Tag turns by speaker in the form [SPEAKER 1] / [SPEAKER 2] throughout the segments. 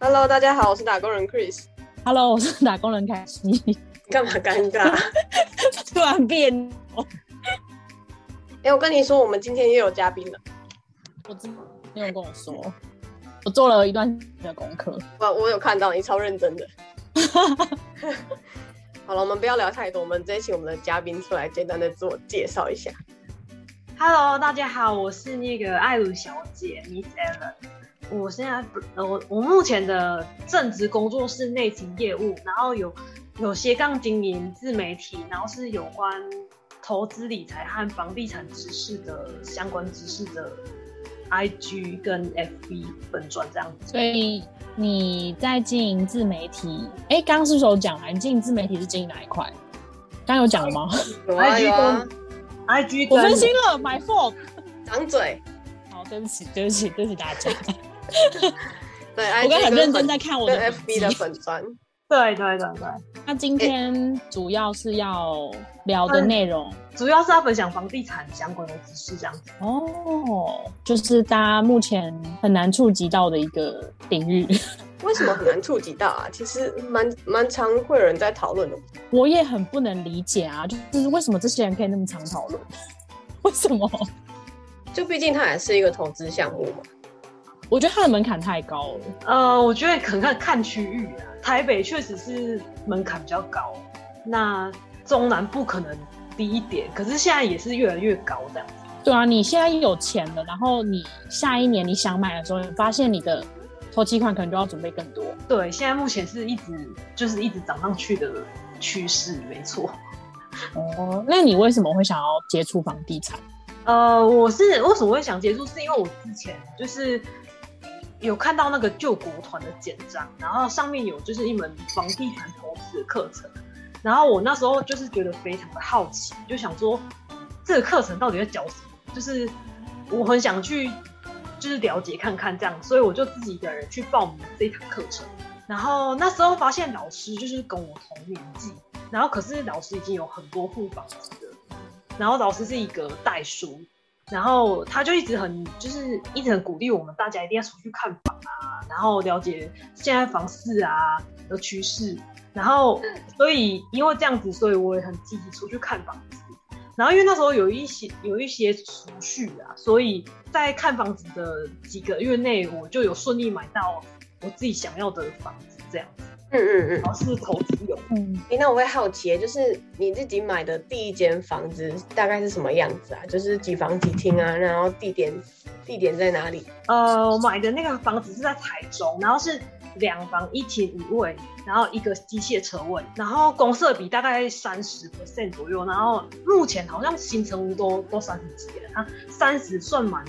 [SPEAKER 1] Hello，大家好，我是打工人 Chris。
[SPEAKER 2] Hello，我是打工人凯西，
[SPEAKER 1] 干嘛尴尬？
[SPEAKER 2] 突然变，哦
[SPEAKER 1] 哎、我跟你说，我们今天又有嘉宾了。
[SPEAKER 2] 我真的没有人跟我说，我做了一段时间的功课。
[SPEAKER 1] 我我有看到你超认真 的。好了，我们不要聊太多，我们直接请我们的嘉宾出来简单的自我介绍一下。
[SPEAKER 3] Hello，大家好，我是那个艾鲁小姐 Miss Ellen。我现在不呃，我我目前的正职工作是内勤业务，然后有有斜杠经营自媒体，然后是有关投资理财和房地产知识的相关知识的 IG 跟 FB 本专这样子。
[SPEAKER 2] 所以你在经营自媒体，哎、刚刚是不是有讲来？你经营自媒体是经营哪一块？刚刚有讲了吗？
[SPEAKER 1] 有啊
[SPEAKER 3] IG 跟 IG
[SPEAKER 2] 我
[SPEAKER 3] 跟
[SPEAKER 2] 分心了，my fault。
[SPEAKER 1] 长嘴。
[SPEAKER 2] 好，对不起，对不起，对不起大家。
[SPEAKER 1] 对
[SPEAKER 2] 我
[SPEAKER 1] ，IG
[SPEAKER 2] 刚刚很
[SPEAKER 1] 跟
[SPEAKER 2] 认真
[SPEAKER 1] 粉
[SPEAKER 2] 在看我的
[SPEAKER 1] 跟
[SPEAKER 2] 笔
[SPEAKER 1] FB
[SPEAKER 2] 记
[SPEAKER 1] 的粉砖。
[SPEAKER 3] 对对对对，
[SPEAKER 2] 那今天主要是要聊的内容
[SPEAKER 3] 主要是要分享房地产相关的知识这样子。
[SPEAKER 2] 哦，就是大家目前很难触及到的一个领域。
[SPEAKER 1] 为什么很难触及到啊？其实蛮蛮常会有人在讨论的。
[SPEAKER 2] 我也很不能理解啊，就是为什么这些人可以那么常讨论？为什么？
[SPEAKER 1] 就毕竟它也是一个投资项目嘛。
[SPEAKER 2] 我觉得它的门槛太高了。
[SPEAKER 3] 呃，我觉得可能看看区域啊，台北确实是门槛比较高，那中南部可能低一点，可是现在也是越来越高这样子。
[SPEAKER 2] 对啊，你现在有钱了，然后你下一年你想买的时候，你发现你的头期款可能就要准备更多。
[SPEAKER 3] 对，现在目前是一直就是一直涨上去的趋势，没错。
[SPEAKER 2] 哦，那你为什么会想要接触房地产？
[SPEAKER 3] 呃，我是为什么会想接触，是因为我之前就是有看到那个救国团的简章，然后上面有就是一门房地产投资的课程，然后我那时候就是觉得非常的好奇，就想说这个课程到底在教什么，就是我很想去就是了解看看这样，所以我就自己一个人去报名这一堂课程，然后那时候发现老师就是跟我同年纪，然后可是老师已经有很多户房子了。然后老师是一个代书，然后他就一直很就是一直很鼓励我们大家一定要出去看房啊，然后了解现在房市啊的趋势，然后所以因为这样子，所以我也很积极出去看房子。然后因为那时候有一些有一些储蓄啊，所以在看房子的几个月内，我就有顺利买到我自己想要的房子，这样子，
[SPEAKER 1] 嗯嗯嗯。
[SPEAKER 3] 然后是投资有
[SPEAKER 2] 嗯，
[SPEAKER 1] 哎、那我会好奇，就是你自己买的第一间房子大概是什么样子啊？就是几房几厅啊，然后地点地点在哪里？
[SPEAKER 3] 呃，我买的那个房子是在台中，然后是两房一厅一卫，然后一个机械车位，然后公设比大概三十 percent 左右，然后目前好像新成屋都都三十几了，它三十算蛮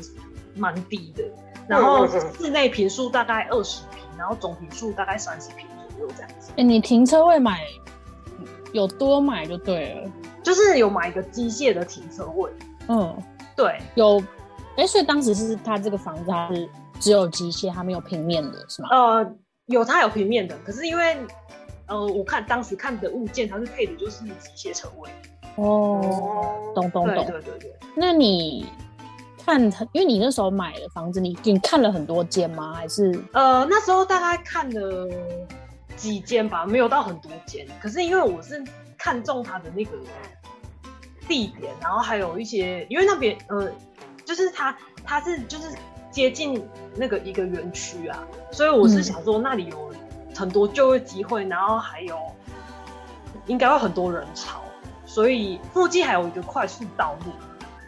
[SPEAKER 3] 蛮低的，然后
[SPEAKER 1] 嗯嗯嗯
[SPEAKER 3] 室内平数大概二十平，然后总平数大概三十平左右这样子，
[SPEAKER 2] 哎，你停车位买有多买就对了。
[SPEAKER 3] 就是有买一个机械的停车位，
[SPEAKER 2] 嗯，
[SPEAKER 3] 对，
[SPEAKER 2] 有，哎，所以当时是他这个房子它是只有机械，它没有平面的是吗？
[SPEAKER 3] 呃，有它有平面的，可是因为呃，我看当时看的物件，它是配的就是机械车位。
[SPEAKER 2] 哦，懂懂
[SPEAKER 3] 对
[SPEAKER 2] 懂。
[SPEAKER 3] 对对对，
[SPEAKER 2] 那你看他，因为你那时候买的房子，你你看了很多间吗？还是
[SPEAKER 3] 呃，那时候大概看了几间吧，没有到很多间。可是因为我是看中它的那个地点，然后还有一些，因为那边呃，就是它它是就是接近那个一个园区啊，所以我
[SPEAKER 2] 嗯
[SPEAKER 3] 是想说那里有很多就业机会，然后还有应该会很多人潮，所以附近还有一个快速道路，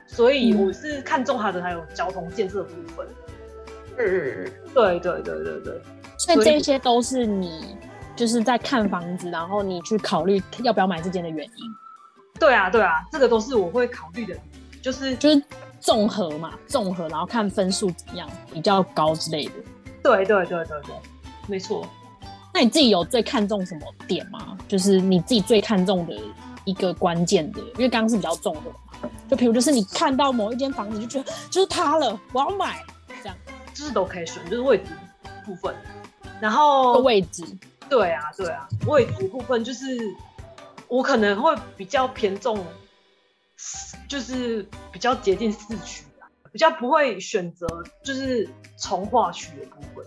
[SPEAKER 3] 所以
[SPEAKER 2] 嗯
[SPEAKER 3] 我是看中它的还有交通建设部分。
[SPEAKER 1] 嗯嗯嗯，
[SPEAKER 3] 对对对对对。
[SPEAKER 2] 所以
[SPEAKER 3] 所以
[SPEAKER 2] 这些都是你就是在看房子，然后你去考虑要不要买这间的原因，
[SPEAKER 3] 对啊，对啊，这个都是我会考虑的，就是
[SPEAKER 2] 就是综合嘛，综合，然后看分数怎么样比较高之类的。
[SPEAKER 3] 对对对对对，没错。
[SPEAKER 2] 那你自己有最看重什么点吗？就是你自己最看重的一个关键的，因为刚刚是比较综合嘛，就比如就是你看到某一间房子就觉得就是它了，我要买
[SPEAKER 3] 就是都可以选，就是位置部分。然
[SPEAKER 2] 的
[SPEAKER 3] 后
[SPEAKER 2] 位置，
[SPEAKER 3] 对啊，对啊，位置部分就是我可能会比较偏重，就是比较接近市区啊，比较不会选择就是从化区的部分。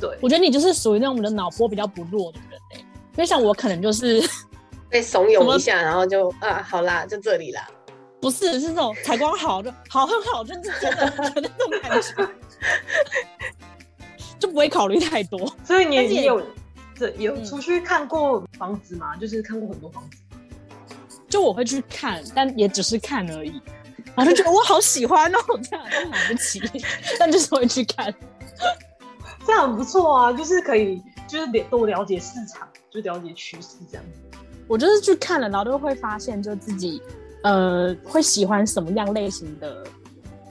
[SPEAKER 3] 对，
[SPEAKER 2] 我觉得你就是属于那种我们的脑波比较不弱的人哎、因为像我可能就是
[SPEAKER 1] 被怂恿一下，然后就啊，好啦，就这里啦。
[SPEAKER 2] 不是是那种采光好就好很好，就是真的觉得这种感觉，就不会考虑太多。
[SPEAKER 3] 所以你
[SPEAKER 2] 但是
[SPEAKER 3] 你
[SPEAKER 2] 也
[SPEAKER 3] 有这有
[SPEAKER 2] 嗯
[SPEAKER 3] 出去看过房子吗？就是看过很多房子，
[SPEAKER 2] 就我会去看，但也只是看而已，然后就觉得我好喜欢哦，这样就买不起，但就是会去看。
[SPEAKER 3] 这样很不错啊，就是可以就是了多了解市场，就了解趋势这样子。
[SPEAKER 2] 我就是去看了，然后就会发现，就自己呃会喜欢什么样类型的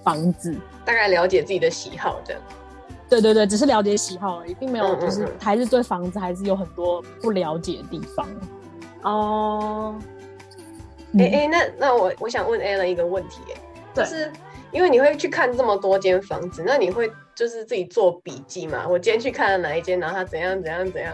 [SPEAKER 2] 房子。
[SPEAKER 1] 大概了解自己的喜好这样。
[SPEAKER 2] 对对对，只是了解喜好而已，并没有
[SPEAKER 1] 嗯嗯
[SPEAKER 2] 就是
[SPEAKER 1] 嗯
[SPEAKER 2] 还是对房子还是有很多不了解的地方。
[SPEAKER 3] 哦、
[SPEAKER 1] 哎哎、
[SPEAKER 2] 嗯
[SPEAKER 1] 诶那那我我想问 Alan 一个问题、欸，就
[SPEAKER 3] 对
[SPEAKER 1] 是因为你会去看这么多间房子，那你会就是自己做笔记嘛？我今天去看了哪一间，然后它怎样怎样怎样？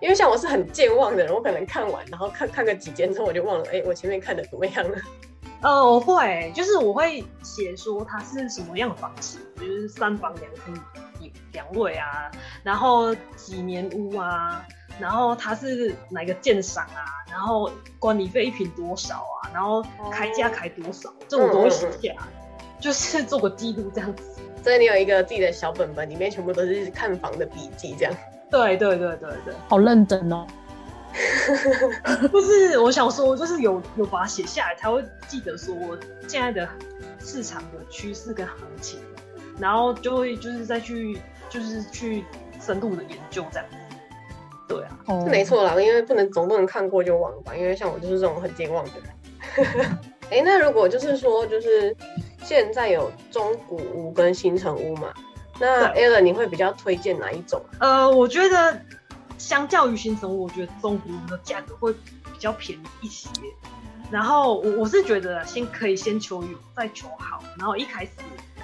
[SPEAKER 1] 因为像我是很健忘的人，我可能看完，然后看看个几间之后，我就忘了，哎、我前面看的怎么样了？
[SPEAKER 3] 呃，我会，就是我会写说它是什么样的房型，就是三房两厅一两卫啊，然后几年屋啊，然后它是哪个鉴赏啊，然后管理费一平多少啊，然后开价开多少，这我都会写下来，就是做个记录这样子。
[SPEAKER 1] 所以你有一个自己的小本本，里面全部都是看房的笔记，这样。
[SPEAKER 3] 对对对对对，
[SPEAKER 2] 好认真哦。
[SPEAKER 3] 就是我想说，就是有有把它写下来，才会记得说现在的市场的趋势跟行情，然后就会就是再去就是去深度的研究这样子。对啊，
[SPEAKER 2] 哦
[SPEAKER 1] 是没。错啦，因为不能总不能看过就忘了吧，因为像我就是这种很健忘的人。 哎、那如果就是说，就是现在有中古屋跟新城屋嘛，那 Alan 你会比较推荐哪一种啊？
[SPEAKER 3] 呃，我觉得相较于新城屋，我觉得中古屋的价格会比较便宜一些。然后我我是觉得先可以先求有，再求好，然后一开始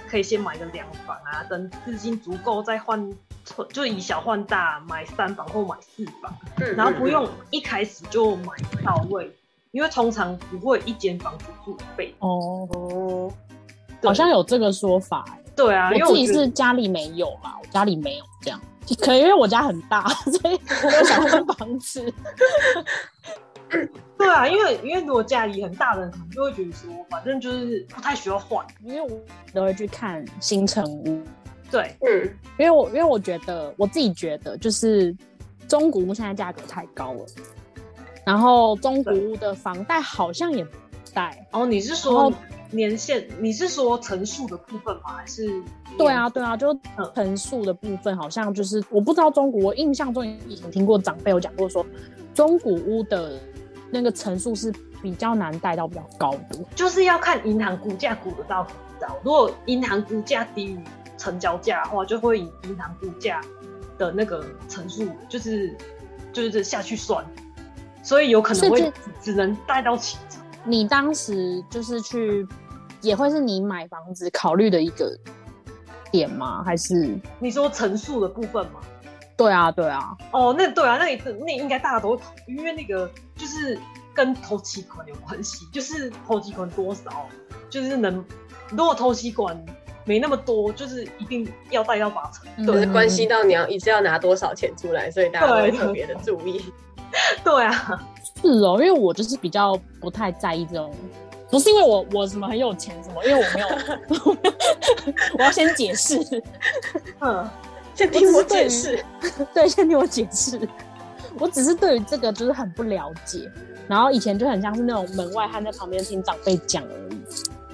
[SPEAKER 3] 可以先买个两房啊，等资金足够再换，就以小换大，买三房或买四房，
[SPEAKER 1] 嗯
[SPEAKER 3] 然后不用一开始就买到位，因为通常不会一间房子住一辈子。
[SPEAKER 2] 哦，
[SPEAKER 1] 哦，
[SPEAKER 3] 对
[SPEAKER 2] 好像有这个说法欸、
[SPEAKER 3] 对啊，因为
[SPEAKER 2] 我自己
[SPEAKER 3] 觉得
[SPEAKER 2] 是家里没有啦，我家里没有这样。 可能因为我家很大，所以没有想看房子。
[SPEAKER 3] 对啊，因为因为如果家里很大的人，可能就会觉得说，反正就是不太需要换。
[SPEAKER 2] 因为我都会去看新城屋，
[SPEAKER 3] 对，
[SPEAKER 1] 嗯，
[SPEAKER 2] 因为我因为我觉得我自己觉得就是中古屋现在价格太高了，然后中古屋的房贷好像也不贷。啊
[SPEAKER 3] 哦，你是
[SPEAKER 2] 然
[SPEAKER 3] 说
[SPEAKER 2] 后
[SPEAKER 3] 年限？你是说层数的部分吗？还是年
[SPEAKER 2] 对啊，？对啊，就层数的部分好像就是我不知道中古屋，我印象中以前听过长辈有讲过说，中古屋的那个层数是比较难贷到比较高的。
[SPEAKER 3] 就是要看银行估价估得到不到。如果银行估价低于成交价的话，就会以银行估价的那个层数，就是就是下去算，所以有可能
[SPEAKER 2] 所
[SPEAKER 3] 会
[SPEAKER 2] 以
[SPEAKER 3] 只能贷到七折。
[SPEAKER 2] 你当时就是去，也会是你买房子考虑的一个点吗？还是
[SPEAKER 3] 你说层数的部分吗？
[SPEAKER 2] 对啊，对啊，
[SPEAKER 3] 哦，那对啊，那你那应该大家都会考虑，因为那个就是跟投期款有关系，就是投期款多少，就是能如果投期款没那么多，就是一定要贷到八成。
[SPEAKER 1] 就
[SPEAKER 3] 对
[SPEAKER 1] 是关系到你要一次要拿多少钱出来，所以大家都会特别的注意。
[SPEAKER 3] 对啊，
[SPEAKER 2] 是哦，因为我就是比较不太在意这种，不是因为我我什么很有钱什么，因为我没有， 我要先解释，
[SPEAKER 3] 嗯，
[SPEAKER 1] 先听我解释，
[SPEAKER 2] 对，先听我解释。我只是对于这个就是很不了解，然后以前就很像是那种门外汉在旁边听长辈讲而已。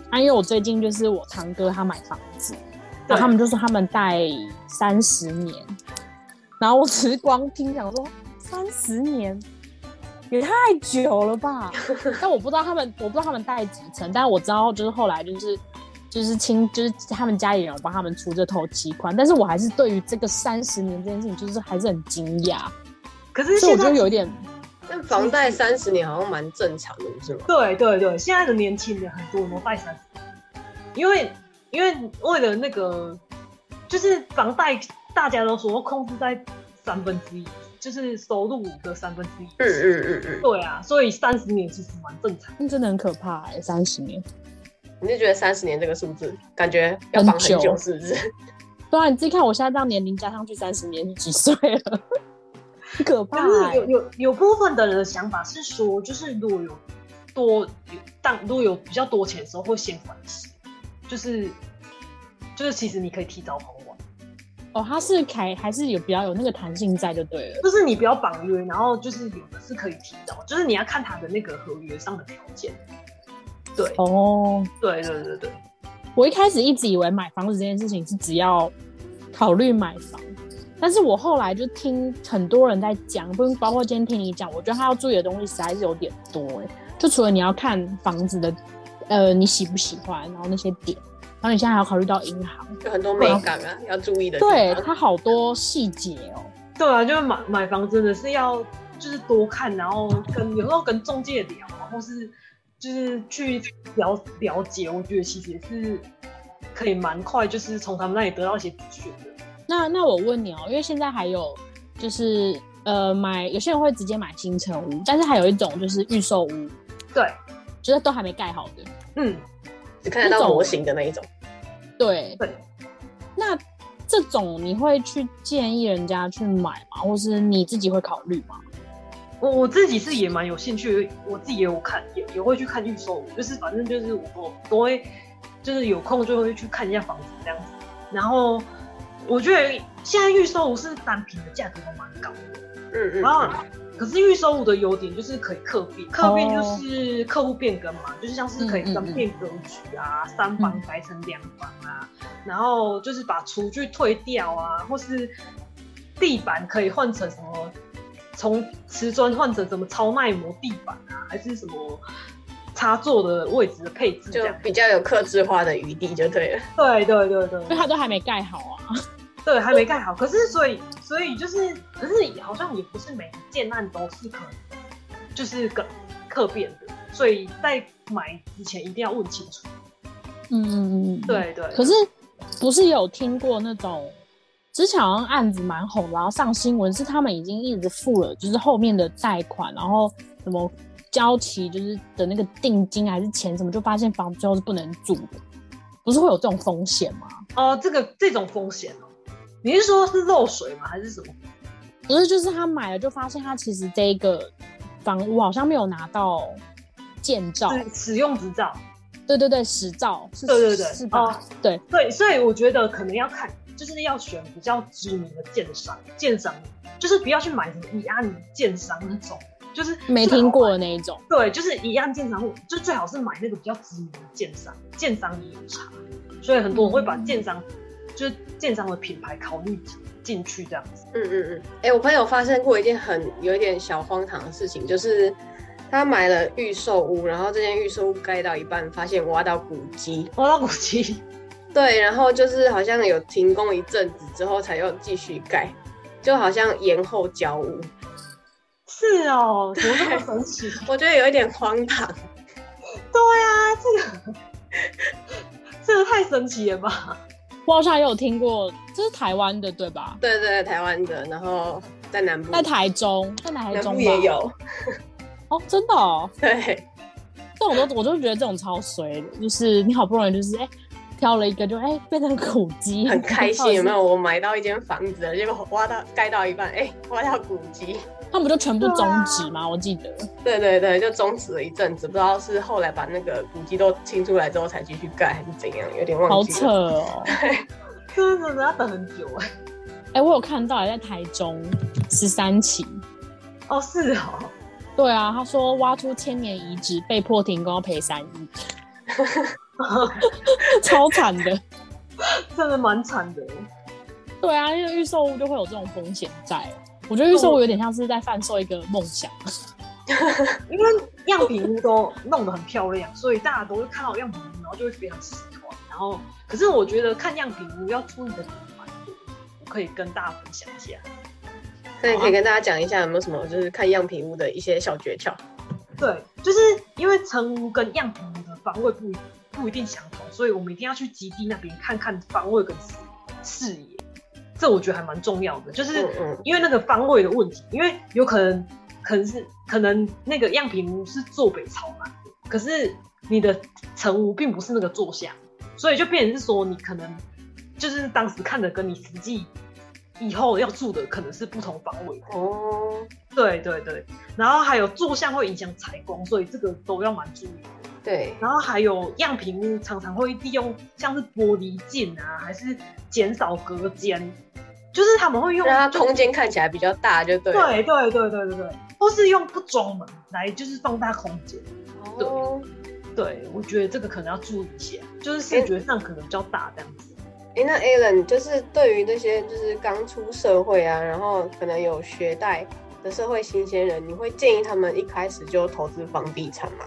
[SPEAKER 2] 啊，因为我最近就是我堂哥他买房子，然后他们就说他们贷三十年，然后我只是光听想说三十年也太久了 吧？但我不知道他们，我不知道他们贷几成，但我知道就是后来就是就是亲就是他们家里人有帮他们出这头期款，但是我还是对于这个三十年这件事情就是还是很惊讶，
[SPEAKER 3] 可是
[SPEAKER 2] 所以
[SPEAKER 3] 现
[SPEAKER 2] 我就
[SPEAKER 3] 在
[SPEAKER 2] 有一点
[SPEAKER 1] 但房贷三十年好像蛮正常的，不是吗？
[SPEAKER 3] 对对对，现在的年轻人很多都贷三十，因为因为为了那个就是房贷，大家都说控制在三分之一，就是收入的三分之一。
[SPEAKER 1] 嗯嗯嗯嗯，
[SPEAKER 3] 对啊，所以三十年其实蛮正常。
[SPEAKER 2] 真的很可怕哎、欸，三十年。
[SPEAKER 1] 你是觉得三十年这个数字感觉要绑很
[SPEAKER 2] 很久
[SPEAKER 1] 久，是不是？
[SPEAKER 2] 对啊，你自己看我现在这样年龄加上去三十年是几岁了？ 很可怕、
[SPEAKER 3] 可是有
[SPEAKER 2] 欸。
[SPEAKER 3] 有有部分的人的想法是说，就是如果有多有当如果有比较多钱的时候，会先还息，就是就是其实你可以提早还完，
[SPEAKER 2] 哦，他是凯还是有比较有那个弹性在就对了。
[SPEAKER 3] 就是你不要绑约，然后就是有的是可以提早，就是你要看他的那个合约上的条件。对
[SPEAKER 2] 哦，
[SPEAKER 3] 对对对对，
[SPEAKER 2] 我一开始一直以为买房子这件事情是只要考虑买房，但是我后来就听很多人在讲，不包括今天听你讲，我觉得他要注意的东西实在是有点多哎、就除了你要看房子的，呃，你喜不喜欢，然后那些点，然后你现在还要考虑到银行，
[SPEAKER 1] 有很多美感啊，要注意的。
[SPEAKER 2] 对，它好多细节哦。
[SPEAKER 3] 对啊，就是买买房真的是要就是多看，然后跟有时候跟中介聊，啊或是就是去了了解，我觉得其实也是可以蛮快，就是从他们那里得到一些资讯的。
[SPEAKER 2] 那那我问你哦，因为现在还有就是呃买，有些人会直接买新城屋，但是还有一种就是预售屋，
[SPEAKER 3] 对，
[SPEAKER 2] 就是都还没盖好的。
[SPEAKER 3] 嗯，
[SPEAKER 1] 只看得到模型的那一种。
[SPEAKER 2] 对，
[SPEAKER 3] 对，
[SPEAKER 2] 那这种你会去建议人家去买吗？或是你自己会考虑吗？
[SPEAKER 3] 我我自己是也蛮有兴趣，我自己也有看，也也会去看预售，就是反正就是我都都会，就是有空就会去看一下房子这样子。然后我觉得现在预售是单品的价格都蛮高的。
[SPEAKER 1] 嗯嗯
[SPEAKER 3] 然后
[SPEAKER 1] 嗯，
[SPEAKER 3] 啊可是预售物的优点就是可以客变，客变就是客户变更嘛，就是像是可以
[SPEAKER 2] 嗯嗯
[SPEAKER 3] 转
[SPEAKER 2] 嗯
[SPEAKER 3] 变格局啊，三房改成两房啊，然后就是把厨具退掉啊，或是地板可以换成什么，从瓷砖换成什么超耐磨地板啊，还是什么插座的位置的配置这
[SPEAKER 1] 就
[SPEAKER 3] 样。
[SPEAKER 1] 比较有克制化的余地就对了。
[SPEAKER 3] 对对对
[SPEAKER 2] 因为
[SPEAKER 3] 对
[SPEAKER 2] 它都还没盖好啊。
[SPEAKER 3] 对，还没盖好。可是所以所以就是，可是好像也不是每一件案都是可能就是个客变的，所以在买之前一定要问清楚。
[SPEAKER 2] 嗯嗯嗯，嗯。
[SPEAKER 3] 对对，
[SPEAKER 2] 可是不是有听过那种之前好像案子蛮红，然后上新闻是他们已经一直付了，就是后面的贷款，然后什么交期就是的那个定金还是钱什么，就发现房最后是不能住的，不是会有这种风险吗？
[SPEAKER 3] 哦、这个这种风险哦，你是说是漏水吗？还是什么？
[SPEAKER 2] 不是，就是他买了就发现他其实这一个房屋好像没有拿到建造，
[SPEAKER 3] 是使用执照？
[SPEAKER 2] 对对对，实照是，
[SPEAKER 3] 对对对
[SPEAKER 2] 是吧？
[SPEAKER 3] 哦
[SPEAKER 2] 对，
[SPEAKER 3] 对，所以我觉得可能要看，就是要选比较知名的建商，建商就是不要去买什么以阿尼建商那种，就是
[SPEAKER 2] 没听过的那一种，
[SPEAKER 3] 对，就是一样鉴赏，就最好是买那个比较知名的鉴赏，鉴赏也有差，所以很多人会把鉴赏、就是鉴赏的品牌考虑进去这样子。
[SPEAKER 1] 嗯嗯嗯。哎、我朋友发生过一件很有一点小荒唐的事情，就是他买了预售屋，然后这间预售屋盖到一半，发现挖到古迹，
[SPEAKER 3] 挖到古迹，
[SPEAKER 1] 对，然后就是好像有停工一阵子之后，才又继续盖，就好像延后交屋，
[SPEAKER 3] 是哦，怎么这么神奇？
[SPEAKER 1] 我觉得有一点荒唐。
[SPEAKER 3] 对呀、这个这个太神奇了吧？
[SPEAKER 2] 我好像也有听过，这是台湾的对吧？
[SPEAKER 1] 对对，台湾的，然后在南部，
[SPEAKER 2] 在台中，在台
[SPEAKER 1] 南
[SPEAKER 2] 中
[SPEAKER 1] 部
[SPEAKER 2] 吧
[SPEAKER 1] 也有，
[SPEAKER 2] 哦，真的哦，
[SPEAKER 1] 对。
[SPEAKER 2] 这种都我就觉得这种超衰的，就是你好不容易就是哎、挑了一个就哎、变成古迹，
[SPEAKER 1] 很开心，有没
[SPEAKER 2] 有？
[SPEAKER 1] 有？我买到一间房子了，结果挖到盖到一半，哎、挖到古迹。
[SPEAKER 2] 他们就全部终止
[SPEAKER 1] 啊
[SPEAKER 2] 嘛，我记得。
[SPEAKER 1] 对对对，就终止了一阵子，不知道是后来把那个古迹都清出来之后才继续盖，还是怎样，有点忘
[SPEAKER 2] 好
[SPEAKER 1] 记
[SPEAKER 2] 扯
[SPEAKER 1] 了。
[SPEAKER 2] 哦！
[SPEAKER 3] 真的真的要等很久哎。
[SPEAKER 2] 哎、我有看到，在台中十三期，
[SPEAKER 3] 哦，是哦，
[SPEAKER 2] 对啊，他说挖出千年遗址，被迫停工要赔三亿，超惨 的。
[SPEAKER 3] 真的蛮惨的。欸
[SPEAKER 2] 对啊，因为预售屋就会有这种风险在。我觉得预售
[SPEAKER 1] 哦
[SPEAKER 2] 屋有点像是在贩售一个梦想，
[SPEAKER 3] 因为样品屋都弄得很漂亮，所以大家都会看到样品屋，然后就会非常喜欢。然后，可是我觉得看样品屋要注意的点蛮多，我可以跟大家分享一下。
[SPEAKER 1] 那你可以跟大家讲一下有没有什么就是看样品屋的一些小诀窍？
[SPEAKER 3] 对，就是因为成屋跟样品屋的方位不一不一定相同，所以我们一定要去基地那边看看方位跟视视野，这我觉得还蛮重要的。就是
[SPEAKER 1] 嗯嗯
[SPEAKER 3] 因为那个方位的问题，因为有可能可能是可能那个样品屋是坐北朝南的，可是你的成屋并不是那个坐向，所以就变成是说你可能就是当时看的跟你实际以后要住的可能是不同方位的。
[SPEAKER 1] 哦，
[SPEAKER 3] 对对对，然后还有坐向会影响采光，所以这个都要蛮注意的。
[SPEAKER 1] 对，
[SPEAKER 3] 然后还有样品屋常常会利用像是玻璃镜啊，还是减少隔间，就是他们会用
[SPEAKER 1] 让它
[SPEAKER 3] 就
[SPEAKER 1] 空间看起来比较大就对了。
[SPEAKER 3] 对对对对对对，或是用不装门来就是放大空间。
[SPEAKER 1] 哦，
[SPEAKER 3] 对，我觉得这个可能要注意一下，就是视觉上可能比较大这样子。
[SPEAKER 1] 哎，那 Alan 就是对于那些就是刚出社会啊，然后可能有学贷的社会新鲜人，你会建议他们一开始就投资房地产吗？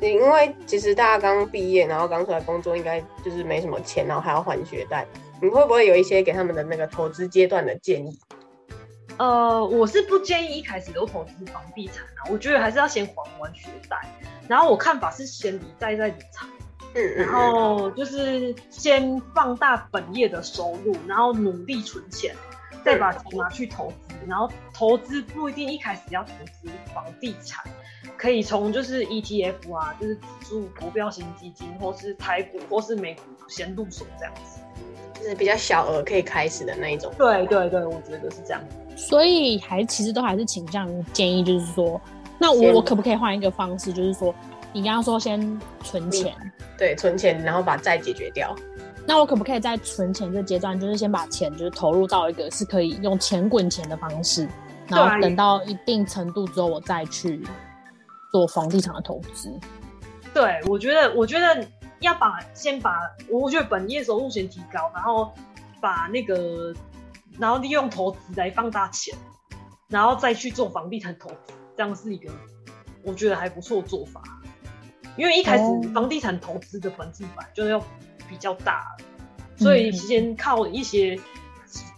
[SPEAKER 1] 对因为其实大家刚毕业，然后刚出来工作，应该就是没什么钱，然后还要还学贷，你会不会有一些给他们的那个投资阶段的建议？
[SPEAKER 3] 呃，我是不建议一开始都投资房地产啊，我觉得还是要先还完学贷，然后我看法是先理债再理财。
[SPEAKER 1] 嗯
[SPEAKER 3] 然后就是先放大本业的收入，然后努力存钱，再把钱拿去投资。然后投资不一定一开始要投资房地产，可以从就是 ETF 啊，就是指数股票型基金，或是台股或是美股先入手这样子。
[SPEAKER 1] 就是比较小额可以开始的那一种。
[SPEAKER 3] 对对对，我觉得是这样。
[SPEAKER 2] 所以还其实都还是倾向于建议，就是说，那
[SPEAKER 1] 先
[SPEAKER 2] 我我可不可以换一个方式，就是说，你刚刚说先存钱，
[SPEAKER 1] 嗯对，存钱，然后把债解决 掉。
[SPEAKER 2] 那我可不可以在存钱这阶段，就是先把钱就是投入到一个是可以用钱滚钱的方式，然后
[SPEAKER 3] 对
[SPEAKER 2] 等到一定程度之后，我再去做房地产的投资。
[SPEAKER 3] 对，我觉得，我觉得要把先把，我觉得本业收入先提高，然后把那个，然后利用投资来放大钱，然后再去做房地产投资，这样是一个我觉得还不错的做法。因为一开始
[SPEAKER 2] 哦
[SPEAKER 3] 房地产投资的本质本来就要比较大，所以
[SPEAKER 2] 嗯
[SPEAKER 3] 先靠一些，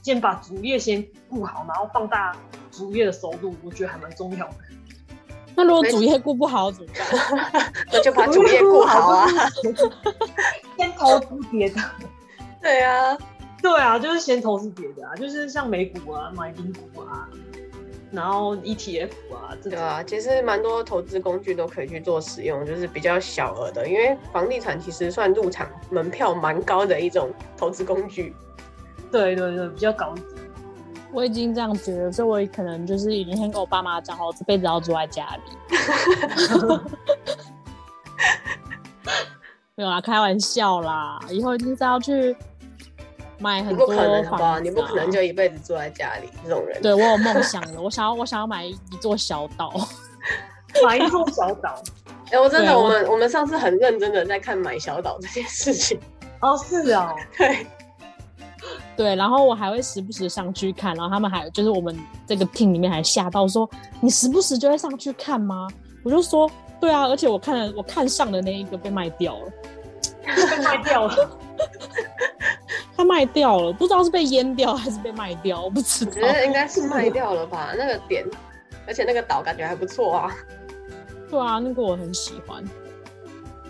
[SPEAKER 3] 先把主业先顾好，然后放大主业的收入，我觉得还蛮重要的。
[SPEAKER 2] 那如果
[SPEAKER 1] 没
[SPEAKER 2] 主业顾不好怎么办？
[SPEAKER 1] 那就把主业顾好 啊。
[SPEAKER 3] 先投资别的。
[SPEAKER 1] 对啊，
[SPEAKER 3] 对啊，就是先投资别的啊，就是像美股啊、买零股啊，然后 ETF 啊这
[SPEAKER 1] 对
[SPEAKER 3] 种。
[SPEAKER 1] 啊，其实蛮多投资工具都可以去做使用，就是比较小额的，因为房地产其实算入场门票蛮高的一种投资工具。
[SPEAKER 3] 对对对，比较高级。
[SPEAKER 2] 我已经这样觉得，所以我可能就是已经先跟我爸妈讲好，我这辈子要住在家里。 没有啦，开玩笑啦，以后一定是要去买
[SPEAKER 1] 你
[SPEAKER 2] 很
[SPEAKER 1] 不
[SPEAKER 2] 多
[SPEAKER 1] 可能好不
[SPEAKER 2] 房子、
[SPEAKER 1] 好？
[SPEAKER 2] 啊，
[SPEAKER 1] 你不可能就一辈子住在家里这种人。
[SPEAKER 2] 对我有梦想的，我想要我想要买一座小岛，
[SPEAKER 3] 买一座小岛。
[SPEAKER 1] 哎、我真
[SPEAKER 2] 对
[SPEAKER 1] 的，
[SPEAKER 2] 我
[SPEAKER 1] 我们我们上次很认真的在看买小岛这件事情。
[SPEAKER 3] 哦，是哦，
[SPEAKER 1] 对，
[SPEAKER 2] 对，然后我还会时不时上去看，然后他们还就是我们这个 team 里面还吓到说，你时不时就会上去看吗？我就说，对啊，而且我看了我看上的那一个被卖掉了。
[SPEAKER 3] 被卖掉了。
[SPEAKER 2] 它卖掉了，不知道是被淹掉还是被卖掉，我不知
[SPEAKER 1] 我觉
[SPEAKER 2] 道。
[SPEAKER 1] 得应该是卖掉了吧，那个点，而且那个岛感觉还不错啊。
[SPEAKER 2] 对啊，那个我很喜欢。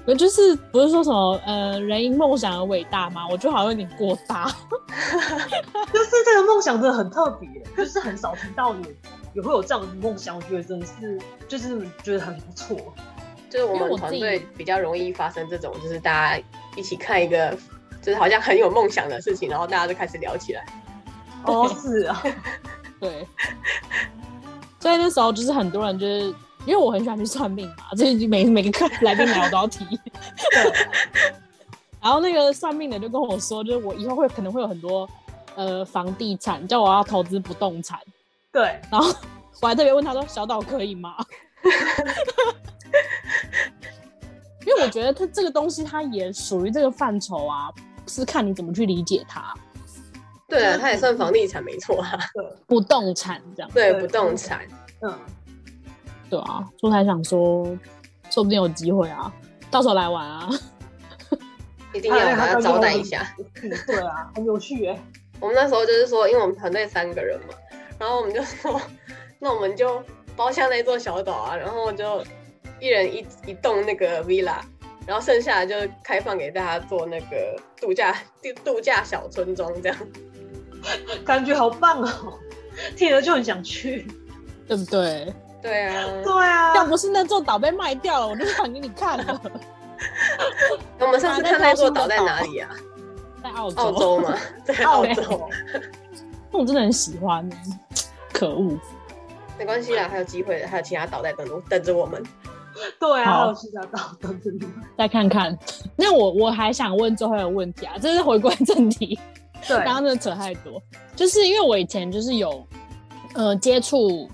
[SPEAKER 2] 我就是不是说什么呃，人因梦想而伟大吗？我觉得好像有点过大。
[SPEAKER 3] 就是这个梦想真的很特别，就是很少听到有有会有这样的梦想，我觉得真的是就是觉得很不错。
[SPEAKER 1] 就是我们团队比较容易发生这种，就是大家一起看一个，就是好像很有梦想的事情，然后大家就开始聊起来。
[SPEAKER 3] 哦，是啊，
[SPEAKER 2] 对，所以那时候就是很多人就是因为我很喜欢去算命嘛，这已经每每个客来宾来我都要提。 然后那个算命的就跟我说，就是我以后会可能会有很多呃房地产，叫我要投资不动产。
[SPEAKER 3] 对，
[SPEAKER 2] 然后我还特别问他说：“小岛可以 吗？”因为我觉得它这个东西，它也属于这个范畴啊，是看你怎么去理解它。
[SPEAKER 1] 对啊，它也算房地产没错啊。
[SPEAKER 2] 不动产这样，
[SPEAKER 1] 对，
[SPEAKER 3] 对
[SPEAKER 1] 不动产。
[SPEAKER 3] 嗯，
[SPEAKER 2] 对啊，所以才想说，说不定有机会啊，到时候来玩啊。
[SPEAKER 1] 一定要把它招待一下。
[SPEAKER 3] 嗯对啊，很有趣耶。
[SPEAKER 1] 我们那时候就是说，因为我们团队三个人嘛，然后我们就说， 那我们就包下那座小岛啊，然后就一人一一栋那个 villa，然后剩下的就开放给大家做那个度假度度假小村庄这样。
[SPEAKER 3] 感觉好棒哦，听了就很想去。
[SPEAKER 2] 对不对？
[SPEAKER 1] 对啊，
[SPEAKER 3] 对啊，
[SPEAKER 2] 要不是那座岛被卖掉了，我就 想给你看了。
[SPEAKER 1] 那我们上次看那座岛在哪里啊？
[SPEAKER 2] 在澳洲，
[SPEAKER 1] 澳 洲嘛，在澳
[SPEAKER 3] 澳
[SPEAKER 1] 洲，
[SPEAKER 3] 洲，
[SPEAKER 2] 那 我真的很喜欢，可恶。
[SPEAKER 1] 没关系啦，还有机会的，还有其他岛在等等着我们。
[SPEAKER 3] 对啊，
[SPEAKER 2] 好
[SPEAKER 3] 还有其他岛都真的，
[SPEAKER 2] 再看看。 那我我还想问最后一个问题啊，这是回归正题，
[SPEAKER 3] 对，
[SPEAKER 2] 刚刚真的扯太多。就是因为我以前就是有呃接触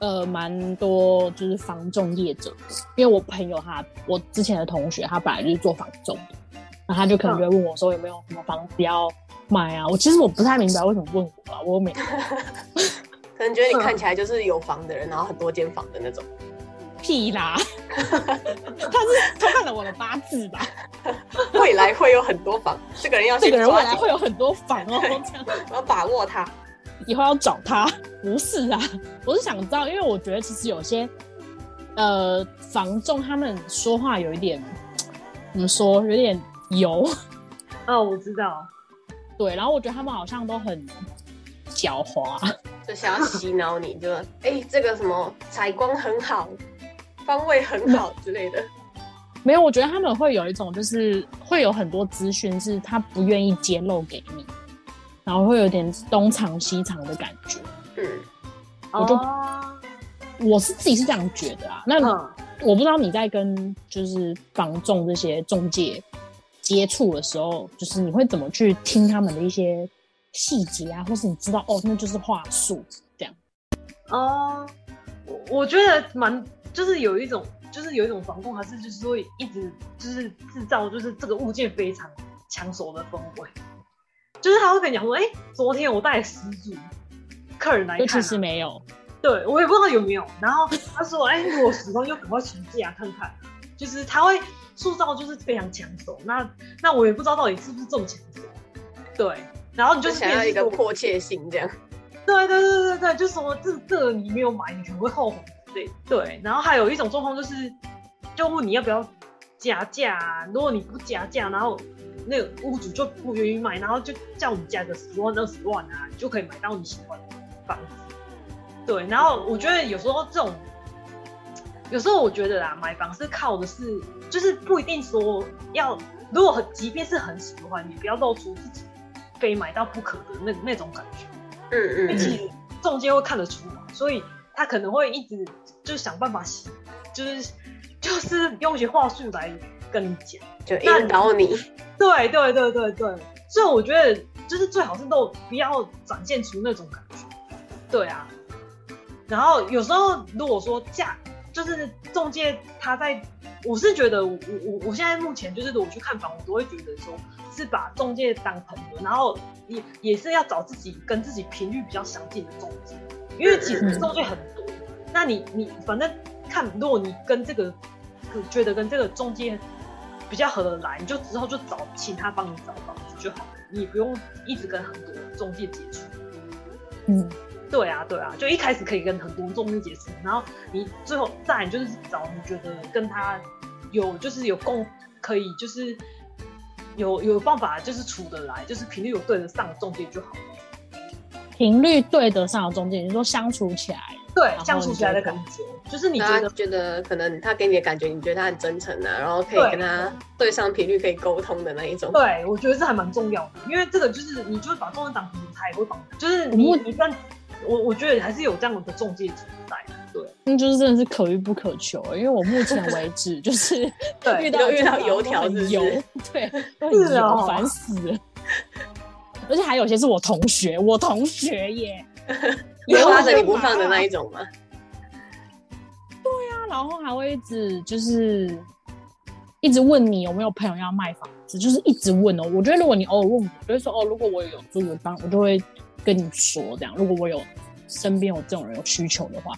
[SPEAKER 2] 呃蛮多就是房仲业者的，因为我朋友他我之前的同学他本来就是做房仲的，然后他就可能就会问我说有没有什么房子要买啊？我其实我不太明白为什么问我啊，我又没
[SPEAKER 1] 可能觉得你看起来就是有房的人，然后很多间房的那种。
[SPEAKER 2] 屁啦，他是偷看了我的八字吧？
[SPEAKER 1] 未来会有很多房，这个人要
[SPEAKER 2] 这
[SPEAKER 1] 去
[SPEAKER 2] 个人未
[SPEAKER 1] 抓
[SPEAKER 2] 来
[SPEAKER 1] 紧，
[SPEAKER 2] 会有很多房哦，这样。
[SPEAKER 1] 我要把握他。
[SPEAKER 2] 以后要找他？ 不是啊，我是想知道，因为我觉得其实有些呃房仲他们说话有一点怎么说，有点油，
[SPEAKER 3] 哦，我知道，
[SPEAKER 2] 对，然后我觉得他们好像都很狡猾，
[SPEAKER 1] 就想要洗脑你，就哎、诶这个什么采光很好，方位很好之类的。
[SPEAKER 2] 没有，我觉得他们会有一种就是会有很多资讯是他不愿意揭露给你，然后会有点东藏西藏的感觉，
[SPEAKER 1] 嗯，
[SPEAKER 2] 我就
[SPEAKER 3] 哦
[SPEAKER 2] 我是自己是这样觉得啊。那
[SPEAKER 3] 嗯，
[SPEAKER 2] 我不知道你在跟就是房仲这些中介接触的时候，就是你会怎么去听他们的一些细节啊，或是你知道哦，那就是话术这样。
[SPEAKER 3] 哦，我我觉得蛮就是有一种就是有一种防控，还是就是说一直就是制造就是这个物件非常抢手的氛围，就是他会跟你讲说，哎、昨天我带了十组客人来
[SPEAKER 2] 就
[SPEAKER 3] 看、
[SPEAKER 2] 其
[SPEAKER 3] 啊
[SPEAKER 2] 实，没有，
[SPEAKER 3] 对我也不知道有没有，然后他说，哎、如果喜欢就赶快请假看看，就是他会塑造就是非常抢手，那那我也不知道到底是不是这么抢手，对，然后你
[SPEAKER 1] 就
[SPEAKER 3] 就
[SPEAKER 1] 想要一个
[SPEAKER 3] 变成说
[SPEAKER 1] 迫切性这样。
[SPEAKER 3] 对对对对对，就什么这这个你没有买，你可能会后悔之类的。对，然后还有一种状况就是，就问你要不要加价、啊，如果你不加价，然后那个屋主就不愿意卖，然后就叫你加个十万二十万啊，你就可以买到你喜欢的房子。对，然后我觉得有时候这种，有时候我觉得啦，买房是靠的是，就是不一定说要，如果很即便是很喜欢，你不要露出自己非买到不可的那那种感觉。
[SPEAKER 1] 嗯嗯
[SPEAKER 3] 因为
[SPEAKER 1] 嗯，
[SPEAKER 3] 其实中介会看得出嘛，所以他可能会一直就想办法洗，就是就是用一些话术来跟你讲。
[SPEAKER 1] 就引导你。
[SPEAKER 3] 对对对对对，所以我觉得就是最好是都不要展现出那种感觉。对啊，然后有时候如果说价，就是中介他在，我是觉得我我我现在目前就是我去看房，我都会觉得说是把中介当朋友，然后也也是要找自己跟自己频率比较相近的中介，因为其实中介很多，那你你反正看，如果你跟这个觉得跟这个中介比较合得来，你就之后就找请他帮你找房子就好了，你不用一直跟很多中介接触。
[SPEAKER 2] 嗯，
[SPEAKER 3] 对啊，对啊，就一开始可以跟很多中介解释，然后你最后再来就是找你觉得跟他有就是有共可以就是有有办法就是处得来，就是频率有对得上的中介就好了。
[SPEAKER 2] 频率对得上的中间，你说相处起来，
[SPEAKER 3] 对
[SPEAKER 2] 然，后
[SPEAKER 3] 相处起来的感
[SPEAKER 2] 你
[SPEAKER 3] 觉，就是你觉
[SPEAKER 1] 大家
[SPEAKER 3] 得
[SPEAKER 1] 觉得可能他给你的感觉，你觉得他很真诚啊，然后可
[SPEAKER 3] 对
[SPEAKER 1] 以跟他对上频率，可以沟通的那一种。
[SPEAKER 3] 对，我觉得这还蛮重要的，因为这个就是你就是把中介当朋友，他也会帮你，就是你
[SPEAKER 2] 我
[SPEAKER 3] 你但我我觉得还是有这样的中介存在的，对
[SPEAKER 2] 那嗯就是真的是可遇不可求、因为我目前为止就是
[SPEAKER 3] 对
[SPEAKER 2] 遇到
[SPEAKER 1] 遇到
[SPEAKER 2] 的
[SPEAKER 1] 油条
[SPEAKER 2] 都
[SPEAKER 1] 是不
[SPEAKER 2] 很
[SPEAKER 1] 是
[SPEAKER 2] 油，对，都很
[SPEAKER 3] 是哦
[SPEAKER 2] 油，烦死了。而且还有些是我同学，我同学 耶，
[SPEAKER 1] 你
[SPEAKER 2] 油
[SPEAKER 1] 拉着你不
[SPEAKER 2] 麻
[SPEAKER 1] 放的那一种嘛。
[SPEAKER 2] 然后还会一直就是一直问你有没有朋友要卖房子，就是一直问哦。我觉得如果你偶尔问我，我就会说哦，如果我有租我帮，我就会跟你说这样。如果我有身边有这种人有需求的话，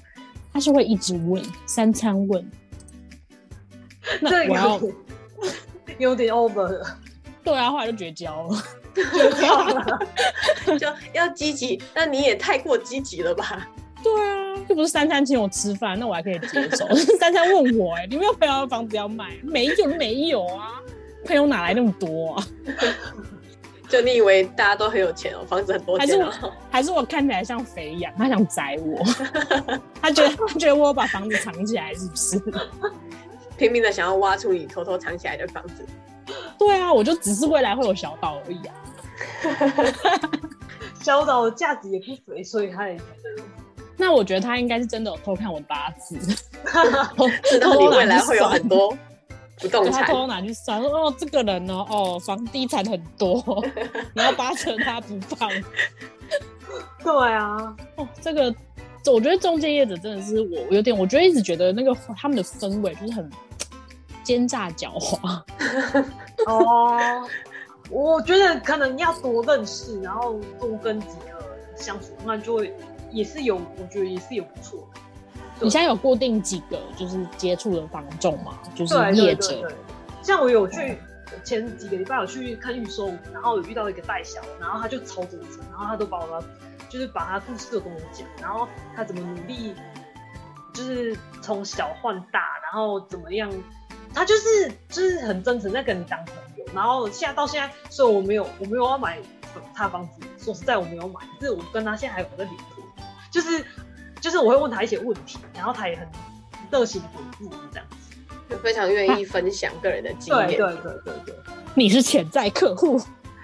[SPEAKER 2] 他是会一直问，三餐问。那
[SPEAKER 3] 这
[SPEAKER 2] 我要
[SPEAKER 3] 有点有点 over 了。
[SPEAKER 2] 对啊，后来就绝交了。啊
[SPEAKER 1] 就要积极，那你也太过积极了吧？
[SPEAKER 2] 对啊，又不是三餐请我吃饭，那我还可以接受。三餐问我、哎，你有没有朋友的房子要卖？没有，没有啊，朋友哪来那么多啊？
[SPEAKER 1] 就你以为大家都很有钱哦，房子很多
[SPEAKER 2] 还是
[SPEAKER 1] 钱
[SPEAKER 2] 我
[SPEAKER 1] 哦，
[SPEAKER 2] 还是我看起来像肥羊，他想宰 我，他觉得他觉得我有把房子藏起来是不是？
[SPEAKER 1] 拼命的想要挖出你偷偷藏起来的房子。
[SPEAKER 2] 对啊，我就只是未来会有小岛而已啊。
[SPEAKER 3] 小岛的价值也不菲，所以他也
[SPEAKER 2] 那我觉得他应该是真的有偷看我的八 字，
[SPEAKER 1] 知道你未来会有很多不
[SPEAKER 2] 对
[SPEAKER 1] 动
[SPEAKER 2] 他
[SPEAKER 1] 产
[SPEAKER 2] 偷，偷拿去算，说哦，这个人哦，哦，房地产很 多，然后八成他不放。
[SPEAKER 3] 对啊，
[SPEAKER 2] 哦，这个我觉得中介业者真的是我有点，我就一直觉得那个他们的氛围就是很奸诈狡猾。
[SPEAKER 3] 哦，我觉得可能要多认识，然后多跟几个人相处，那就会也是有，我觉得也是有不错的。对
[SPEAKER 2] 你现在有固定几个就是接触的房仲吗？就是
[SPEAKER 3] 对
[SPEAKER 2] 业者，
[SPEAKER 3] 对对对，像我有去前几个礼拜有去看预售屋，然后有遇到一个代销，然后他就超真诚，然后他都把我的就是把他故事都跟我讲，然后他怎么努力，就是从小换大，然后怎么样，他就是就是很真诚在跟你当朋友，然后现在到现在，所以我没有我没有要买他房子，说实在我没有买，可是我跟他现在还有在联络，就是就是我会问他一些问题，然后他也很热情回复这样。
[SPEAKER 1] 就非常愿意分享个人的经
[SPEAKER 3] 对
[SPEAKER 1] 验。
[SPEAKER 3] 对对对对，
[SPEAKER 2] 你是潜在客户，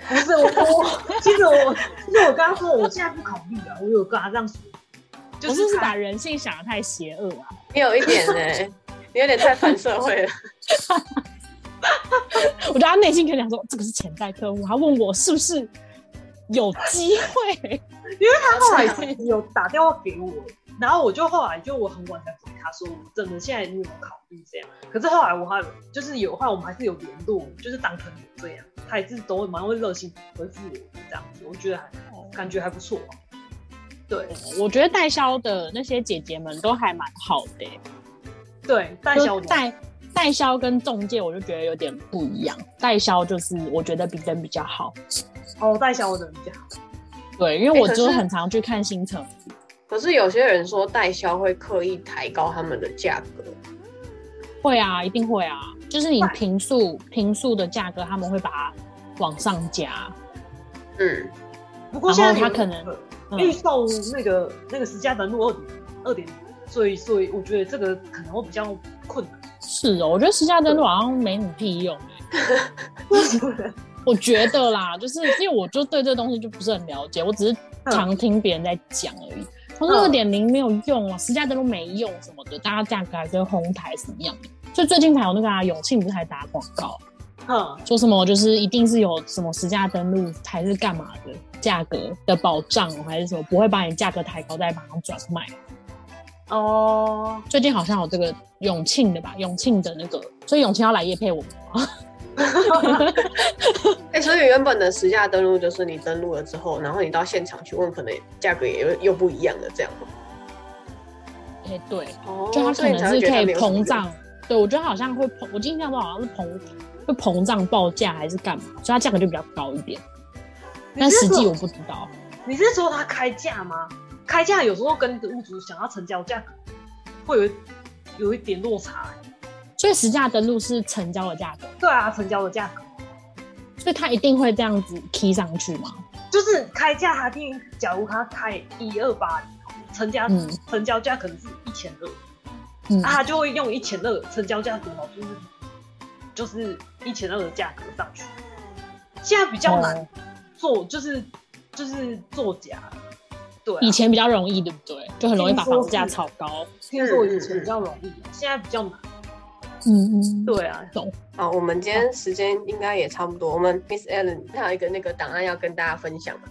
[SPEAKER 3] 不是我我，其实我其实我刚刚说我现在不考虑了，我有跟他这样说， 就
[SPEAKER 2] 我是不
[SPEAKER 3] 是
[SPEAKER 2] 是
[SPEAKER 3] 他
[SPEAKER 2] 把人性想的太邪恶啊？
[SPEAKER 1] 你有一点呢、你有点太反社会 了。
[SPEAKER 2] 我觉得他内心可能想说，这个是潜在客户，他问我是不是有机会？
[SPEAKER 3] 他后来是有打电话给我，然后我就后来就我很晚才回他说，我真的现在没有考虑这样。可是后来我还有就是有话我们还是有联络，就是当朋友这样，他也是都蛮会热心回复我这样子，我觉得还
[SPEAKER 2] 哦
[SPEAKER 3] 感觉还不错、啊对
[SPEAKER 2] 我觉得代销的那些姐姐们都还蛮好的、欸，
[SPEAKER 3] 对，带
[SPEAKER 2] 就
[SPEAKER 3] 小我
[SPEAKER 2] 代代销跟中介，我就觉得有点不一样。代销就是我觉得比人比较好，
[SPEAKER 3] 哦，带小我的人比较好。
[SPEAKER 2] 对，因为
[SPEAKER 3] 哎
[SPEAKER 1] 欸
[SPEAKER 2] 我
[SPEAKER 1] 可
[SPEAKER 2] 就是很常去看新城。
[SPEAKER 1] 可是有些人说代销会刻意抬高他们的价格，
[SPEAKER 2] 会啊，一定会啊，就是你平数平数的价格，他们会把它往上加。
[SPEAKER 1] 嗯，
[SPEAKER 3] 不过
[SPEAKER 2] 然
[SPEAKER 3] 现在呃
[SPEAKER 2] 后他
[SPEAKER 3] 有
[SPEAKER 2] 可
[SPEAKER 3] 那
[SPEAKER 2] 能
[SPEAKER 3] 个
[SPEAKER 2] 嗯
[SPEAKER 3] 预售那个那个实价登录二点二点，所以所以我觉得这个可能会比较困难。
[SPEAKER 2] 是哦，我觉得实价登录好像没什么屁用欸、欸我觉得啦，就是因为我就对这东西就不是很了解，我只是常听别人在讲而已。他说二
[SPEAKER 3] 嗯
[SPEAKER 2] 点零没有用啊，实价登录没用什么的，大家价格还是会哄抬什么样的。所以最近才有那个啊，永庆不是还打广告，
[SPEAKER 3] 嗯，
[SPEAKER 2] 说什么就是一定是有什么实价登录还是干嘛的价格的保障哦，还是什么不会把你价格抬高再马上转卖。
[SPEAKER 3] 哦，
[SPEAKER 2] 最近好像有这个永庆的吧，永庆的那个，所以永庆要来夜配 我们吗？
[SPEAKER 1] 哎、所以原本的实价登录就是你登录了之后，然后你到现场去问，可能价格也又又不一样了，这样吗？
[SPEAKER 2] 哎、对，
[SPEAKER 1] 哦
[SPEAKER 2] 就它
[SPEAKER 1] 所
[SPEAKER 2] 可
[SPEAKER 1] 以
[SPEAKER 2] 能
[SPEAKER 1] 你才
[SPEAKER 2] 是
[SPEAKER 1] 会觉得
[SPEAKER 2] 可
[SPEAKER 1] 它
[SPEAKER 2] 以
[SPEAKER 1] 没有什么
[SPEAKER 2] 膨
[SPEAKER 1] 用
[SPEAKER 2] 胀，对我觉得好像会膨，我印象中好像是膨会膨胀报价还是干嘛，所以它价格就比较高一点。但
[SPEAKER 3] 你是
[SPEAKER 2] 实际
[SPEAKER 3] 说
[SPEAKER 2] 我不知道，
[SPEAKER 3] 你是说他开价吗？开价有时候跟屋主想要成交价格会有一有一点落差、欸。
[SPEAKER 2] 所以实价登录是成交的价格，
[SPEAKER 3] 对啊，成交的价格
[SPEAKER 2] 所以它一定会这样子 key 上去嘛？
[SPEAKER 3] 就是开价，他定假如他开一二八，成交、
[SPEAKER 2] 嗯
[SPEAKER 3] 成交价可能是一千二，
[SPEAKER 2] 嗯，
[SPEAKER 3] 啊，他就会用一千二成交价多少，就是就是一千二的价格上去。现在比较难
[SPEAKER 2] 哦
[SPEAKER 3] 做，就是就是作假，对、啊，
[SPEAKER 2] 以前比较容易，对不对？就很容易把
[SPEAKER 3] 听说
[SPEAKER 2] 房价
[SPEAKER 3] 是
[SPEAKER 2] 炒高。
[SPEAKER 3] 听说以前比较容易，现在比较难。
[SPEAKER 2] 嗯嗯，
[SPEAKER 3] 对啊，
[SPEAKER 1] 好，我们今天时间应该也差不多。我们 Miss Allen 还有一个那个档案要跟大家分享嘛？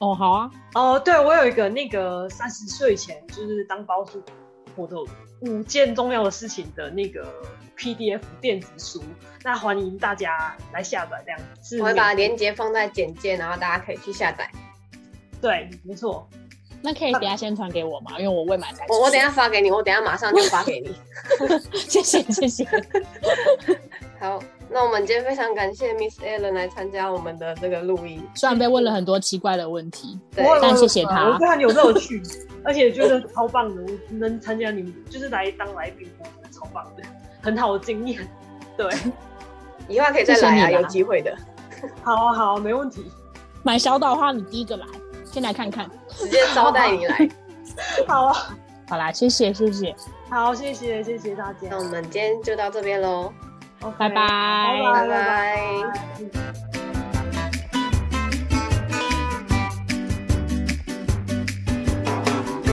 [SPEAKER 2] 哦，好啊，
[SPEAKER 3] 哦，对我有一个那个三十岁前就是当包租婆的五件重要的事情的那个 PDF 电子书，那欢迎大家来下载，这样是
[SPEAKER 1] 我会把
[SPEAKER 3] 免
[SPEAKER 1] 链接放在简介，然后大家可以去下载。
[SPEAKER 3] 对，没错，
[SPEAKER 2] 那可以等一下先传给我吗？因为我未买才。
[SPEAKER 1] 我我等一下发给你，我等一下马上就发给你。
[SPEAKER 2] 谢谢谢谢，
[SPEAKER 1] 好，那我们今天非常感谢 Miss Allen 来参加我们的这个录音。
[SPEAKER 2] 虽然被问了很多奇怪的问题，
[SPEAKER 1] 对，
[SPEAKER 3] 我
[SPEAKER 2] 但谢谢他
[SPEAKER 3] 我非常有乐 趣，而且觉得超棒的，我能参加你们就是来当来宾，我觉得超棒的，很好的经验。对，
[SPEAKER 1] 以后还可以再来
[SPEAKER 2] 谢谢
[SPEAKER 1] 啊，
[SPEAKER 2] 你啦
[SPEAKER 1] 有机会的，
[SPEAKER 3] 好啊好啊，没问题。
[SPEAKER 2] 买小岛的话，你第一个来，先来看看。
[SPEAKER 1] 直接招待你来。
[SPEAKER 3] 好啊，
[SPEAKER 2] 好啦，谢谢谢谢，
[SPEAKER 3] 好，谢谢谢谢大家
[SPEAKER 1] 那。我们今天就到这边喽，
[SPEAKER 3] OK，
[SPEAKER 2] 嗯拜拜
[SPEAKER 3] 拜拜
[SPEAKER 1] 拜
[SPEAKER 3] 拜拜。
[SPEAKER 1] 拜。